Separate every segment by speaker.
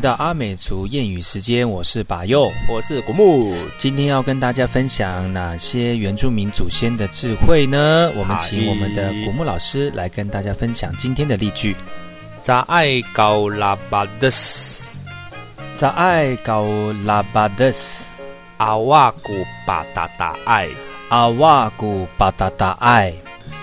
Speaker 1: 到阿美族谚语时间，我是把佑。
Speaker 2: 我是古木，
Speaker 1: 今天要跟大家分享哪些原住民祖先的智慧呢？我们请我们的古木老师来跟大家分享今天的例句：
Speaker 2: 扎爱高拉巴德斯
Speaker 1: 扎爱高拉巴德斯
Speaker 2: 阿瓦啊古巴达达爱，
Speaker 1: 阿瓦古巴达达爱。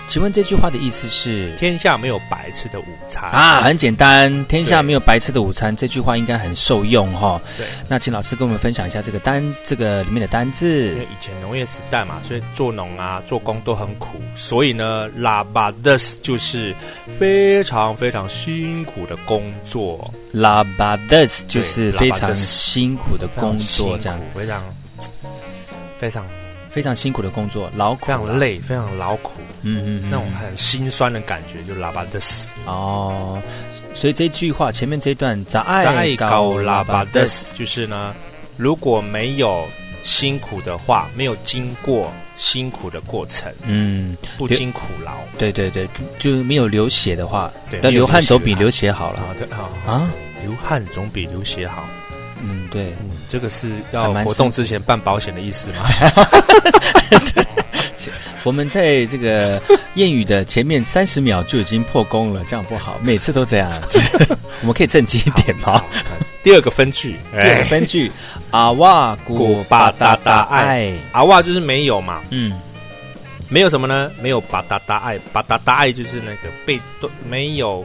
Speaker 1: 请问这句话的意思是？
Speaker 2: 天下没有白吃的午餐
Speaker 1: 啊，！很简单，天下
Speaker 2: 对
Speaker 1: 没有白吃的午餐，这句话应该很受用哈、
Speaker 2: 对，
Speaker 1: 那请老师跟我们分享一下这个单，这个里面的单字
Speaker 2: 因为以前农业时代嘛，所以做农啊、做工都很苦，所以呢，拉巴德斯就是非常非常辛苦的工作，
Speaker 1: 拉巴德斯就是非
Speaker 2: 对
Speaker 1: 常
Speaker 2: labadas
Speaker 1: 辛苦的
Speaker 2: 非常
Speaker 1: 工作，
Speaker 2: 辛
Speaker 1: 这样
Speaker 2: 苦非常非常
Speaker 1: 非常辛苦的工作，劳苦
Speaker 2: 非常
Speaker 1: 啦，
Speaker 2: 累、非常劳苦，
Speaker 1: 嗯嗯，嗯
Speaker 2: 那种很心酸的感觉，就拉巴德斯。
Speaker 1: 哦。所以这句话前面这一段，扎
Speaker 2: 再
Speaker 1: 爱
Speaker 2: 高拉巴
Speaker 1: 德
Speaker 2: 德
Speaker 1: 斯，
Speaker 2: 斯，就是呢，如果没有辛苦的话，没有经过辛苦的过程，
Speaker 1: 嗯，
Speaker 2: 不经苦劳，
Speaker 1: 对对对，就是没有流血的话，
Speaker 2: 对，
Speaker 1: 那
Speaker 2: 没有
Speaker 1: 流汗总比流
Speaker 2: 血
Speaker 1: 血好
Speaker 2: 好
Speaker 1: 了
Speaker 2: 啊，对啊，
Speaker 1: 啊。
Speaker 2: 流汗总比流血好。
Speaker 1: 嗯，对，
Speaker 2: 嗯，这个是
Speaker 1: 还
Speaker 2: 要
Speaker 1: 蛮
Speaker 2: 活动之前办保险的意思吗？
Speaker 1: 我们在这个谚语的前面三十秒就已经破功了，这样不好，每次都这 样。我们可以正经一点吗？
Speaker 2: 第二个分句，哎，
Speaker 1: 分句阿哇古
Speaker 2: 古
Speaker 1: 巴
Speaker 2: 巴
Speaker 1: 达
Speaker 2: 达
Speaker 1: 达
Speaker 2: 达
Speaker 1: 爱
Speaker 2: 爱，阿哇就是没有嘛，
Speaker 1: 嗯，
Speaker 2: 没有什么呢？没有巴达达爱，巴达达爱就是那个被端，没有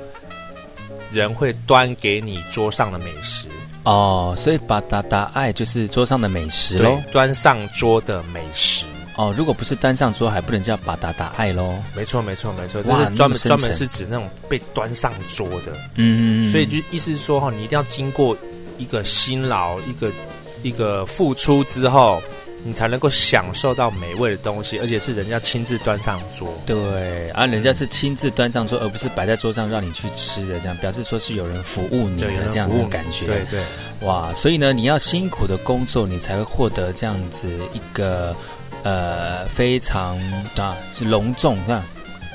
Speaker 2: 人会端给你桌上的美食。
Speaker 1: 哦，所以巴达达爱就是桌上的美食喽
Speaker 2: 对。，端上桌的美食。
Speaker 1: 哦，如果不是端上桌，还不能叫巴达达爱喽。
Speaker 2: 没错，没错，没错，这
Speaker 1: 哇
Speaker 2: 是专
Speaker 1: 那么
Speaker 2: 门
Speaker 1: 深
Speaker 2: 专门
Speaker 1: 层
Speaker 2: 是指那种被端上桌的，
Speaker 1: 嗯
Speaker 2: 所以就意思是说哈，你一定要经过一个辛劳、一个一个付出之后，你才能够享受到美味的东西，而且是人家亲自端上桌。
Speaker 1: 对啊，人家是亲自端上桌，而不是摆在桌上让你去吃的，这样表示说是有人服务你
Speaker 2: 对有
Speaker 1: 的
Speaker 2: 人
Speaker 1: 这样
Speaker 2: 服务
Speaker 1: 的
Speaker 2: 你
Speaker 1: 感觉。
Speaker 2: 对对，
Speaker 1: 哇，所以呢，你要辛苦的工作，你才会获得这样子一个呃非常啊是隆重啊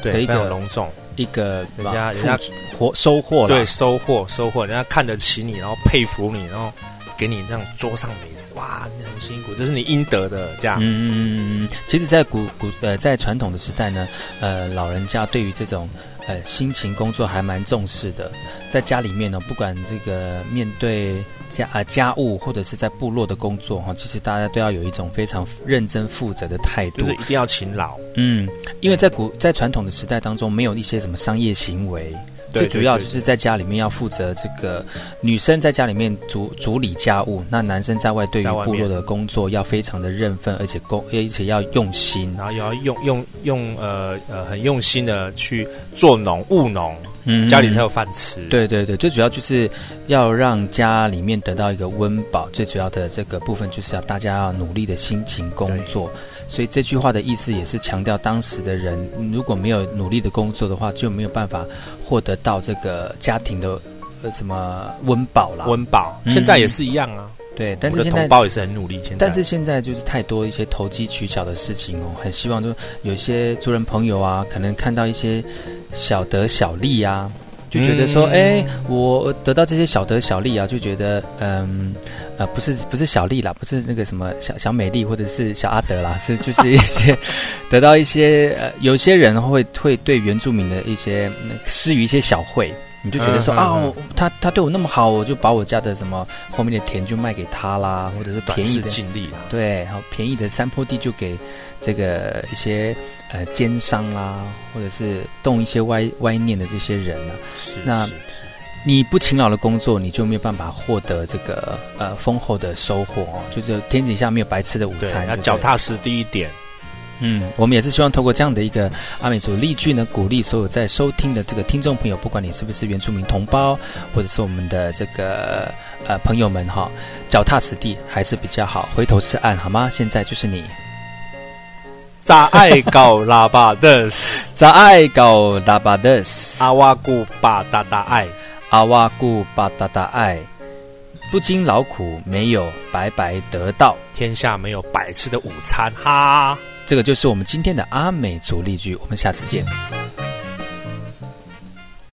Speaker 2: 对，
Speaker 1: 的一
Speaker 2: 非
Speaker 1: 个
Speaker 2: 常隆重，
Speaker 1: 一个啊
Speaker 2: 人家人家
Speaker 1: 获收获啦
Speaker 2: 对收获收获，人家看得起你，然后佩服你，然后给你这样桌上美食，哇，你很辛苦，这是你应得的，这样。
Speaker 1: 嗯嗯嗯嗯嗯，其实，在古古呃，在传统的时代呢，呃，老人家对于这种呃辛勤工作还蛮重视的。在家里面呢，不管这个面对家啊、家务，或者是在部落的工作哈，其实大家都要有一种非常认真负责的态度。
Speaker 2: 就是一定要勤劳，
Speaker 1: 嗯，因为在古在传统的时代当中，没有一些什么商业行为，
Speaker 2: 对
Speaker 1: 最主要
Speaker 2: 对
Speaker 1: 就
Speaker 2: 对
Speaker 1: 是在家里面要负责这个女生在家里面主主理家务，那男生在外对于
Speaker 2: 在外
Speaker 1: 部
Speaker 2: 面
Speaker 1: 落的工作要非常的认份，而且工而且要用心。啊
Speaker 2: 然后也要用用用呃呃很用心的去做农务农，
Speaker 1: 嗯
Speaker 2: 家里才有饭吃。
Speaker 1: 对对对，最主要就是要让家里面得到一个温饱，最主要的这个部分就是要大家要努力的辛勤工作。所以这句话的意思也是强调当时的人嗯如果没有努力的工作的话，就没有办法获得到这个家庭的呃什么温饱啦。
Speaker 2: 温饱，
Speaker 1: 嗯
Speaker 2: 现在也是一样啊。
Speaker 1: 对，但是
Speaker 2: 我的
Speaker 1: 现
Speaker 2: 同
Speaker 1: 在。
Speaker 2: 胞也是很努力，现在
Speaker 1: 但是现在就是太多一些投机取巧的事情哦，很希望就有些族人朋友啊，可能看到一些小得小利啊，就觉得说，
Speaker 2: 嗯
Speaker 1: 哎、我得到这些小得小利啊，就觉得，嗯，呃，不是不是小利啦，不是那个什么小小美丽或者是小阿德啦，是就是一 些得到一些呃，有些人会会对原住民的一些嗯施予一些小惠。你就觉得说
Speaker 2: 嗯嗯
Speaker 1: 啊，
Speaker 2: 嗯
Speaker 1: 我他他对我那么好，我就把我家的什么后面的田就卖给他啦，或者是
Speaker 2: 短
Speaker 1: 便宜
Speaker 2: 视
Speaker 1: 的
Speaker 2: 尽力啊，
Speaker 1: 对，好便宜的山坡地就给这个一些呃奸商啦、或者是动一些歪歪念的这些人啊。
Speaker 2: 是
Speaker 1: 那
Speaker 2: 是是
Speaker 1: 你不勤劳的工作，你就没有办法获得这个呃丰厚的收获哦。就是天底下没有白吃的午
Speaker 2: 对
Speaker 1: 餐，，
Speaker 2: 要
Speaker 1: 对不对
Speaker 2: 脚。踏实地一点。
Speaker 1: 嗯，我们也是希望透过这样的一个呃阿美族例句呢，鼓励所有在收听的这个听众朋友，不管你是不是原住民同胞，或者是我们的这个呃朋友们哈、脚踏实地还是比较好，回头是岸，好吗？现在就是你。
Speaker 2: 扎爱搞喇叭的斯
Speaker 1: 早爱搞达巴德斯，
Speaker 2: 阿瓦古巴达达爱，
Speaker 1: 阿瓦古巴达达爱，不经劳苦没有白白得到。
Speaker 2: 天下没有白吃的午餐哈。
Speaker 1: 这个就是我们今天的阿美族例句，我们下次见。